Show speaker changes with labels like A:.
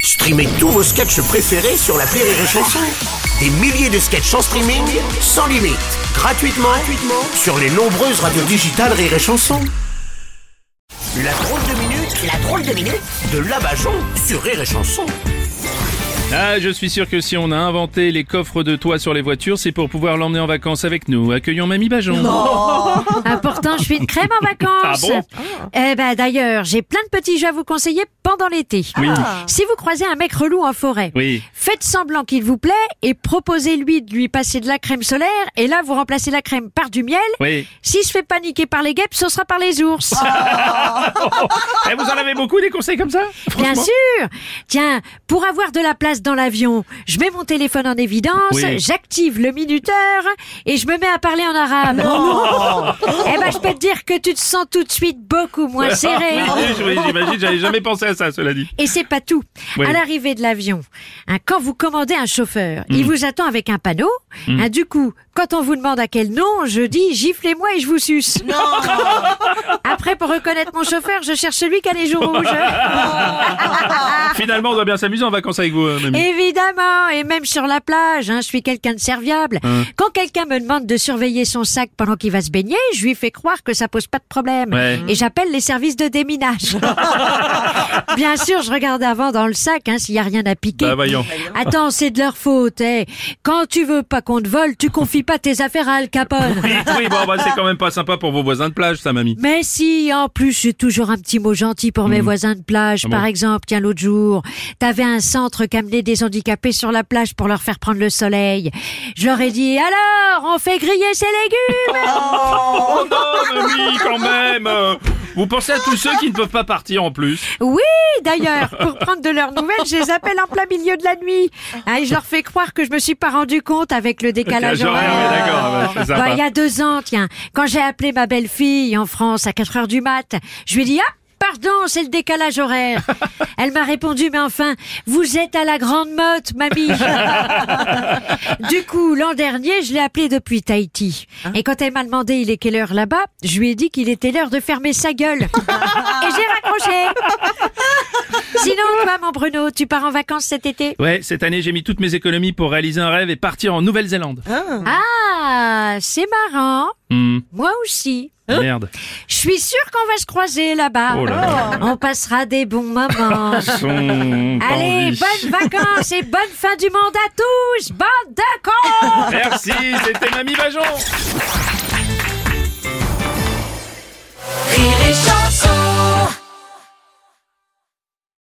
A: Streamez tous vos sketchs préférés sur la Rire et Chanson. Des milliers de sketchs en streaming, sans limite, gratuitement, gratuitement sur les nombreuses radios digitales Rire et Chanson. La drôle de minute, la drôle de minute de Labajon sur Rire et Chanson.
B: Ah, je suis sûr que si on a inventé les coffres de toit sur les voitures, c'est pour pouvoir l'emmener en vacances avec nous. Accueillons Mamie Bajon.
C: Ah, pourtant, je suis une crème en
B: Ah
C: vacances.
B: bon
C: eh ben, d'ailleurs, j'ai plein de petits jeux à vous conseiller pendant l'été.
B: Oui.
C: Si vous croisez un mec relou en forêt,
B: Oui.
C: faites semblant qu'il vous plaît et proposez-lui de lui passer de la crème solaire. Et là, vous remplacez la crème par du miel.
B: Oui.
C: S'il se fait paniquer par les guêpes, ce sera par les ours.
B: Eh, vous en avez beaucoup des conseils comme ça
C: Bien
B: Franchement
C: sûr Tiens, pour avoir de la place dans l'avion, je mets mon téléphone en évidence,
B: Oui.
C: j'active le minuteur et je me mets à parler en arabe. Eh ben, je peux te dire que tu te sens tout de suite beaucoup moins serré.
B: Oui, oui, J'imagine, j'avais jamais pensé à ça, cela dit.
C: Et c'est pas tout.
B: Oui.
C: À l'arrivée de l'avion, hein, quand vous commandez un chauffeur,
B: Mm.
C: il vous attend avec un panneau. hein, du coup, quand on vous demande à quel nom, je dis giflez-moi et je vous suce. Après, pour reconnaître mon chauffeur, je cherche celui qui a les joues rouges.
B: Finalement, on doit bien s'amuser en vacances avec vous, euh, Mamie.
C: Évidemment, et même sur la plage, hein, je suis quelqu'un de serviable.
B: Mm.
C: Quand quelqu'un me demande de surveiller son sac pendant qu'il va se baigner, je lui fais croire que ça pose pas de problème. Mm.
B: Ouais.
C: Et j'appelle les services de déminage. Bien sûr, je regarde avant dans le sac hein, s'il y a rien à piquer.
B: Bah voyons.
C: Attends, c'est de leur faute. eh. Quand tu veux pas qu'on te vole, tu confies pas tes affaires à Al Capone.
B: Oui, oui, bon, bah, c'est quand même pas sympa pour vos voisins de plage, ça, Mamie.
C: Mais si, en plus, j'ai toujours un petit mot gentil pour mes voisins de plage.
B: Ah
C: Par
B: bon
C: exemple, tiens, l'autre jour, t'avais un centre qui amenait des handicapés sur la plage pour leur faire prendre le soleil. Je leur ai dit, alors, on fait griller ces légumes
B: Oh non, Mamie, quand même euh, Vous pensez à tous ceux qui ne peuvent pas partir en plus.
C: Oui, d'ailleurs, pour prendre de leurs nouvelles, je les appelle en plein milieu de la nuit. Ah, et je leur fais croire que je me suis pas rendu compte avec le décalage
B: J'aurais-
C: horaire.
B: ouais, d'accord, ouais, c'est
C: Bah,
B: sympa.
C: il y a deux ans, tiens, quand j'ai appelé ma belle-fille en France à 4 heures du mat, je lui ai dit, ah, pardon, c'est le décalage horaire. Elle m'a répondu, mais enfin, vous êtes à la grande motte, mamie. du coup, l'an dernier, je l'ai appelée depuis Tahiti. Et quand elle m'a demandé il est quelle heure là-bas, je lui ai dit qu'il était l'heure de fermer sa gueule. Et j'ai raccroché. Sinon, toi, mon Bruno, tu pars en vacances cet été
B: Ouais, cette année, j'ai mis toutes mes économies pour réaliser un rêve et partir en Nouvelle-Zélande.
C: Ah, c'est marrant.
B: Hmm,
C: Moi aussi.
B: merde.
C: Je suis sûre qu'on va se croiser là-bas.
B: Oh là là.
C: On passera des bons moments.
B: Son- pas
C: Allez,
B: envie.
C: bonnes vacances et bonne fin du monde à tous, bande de cons
B: Merci, c'était Mamie Bajon
D: Rire et chanson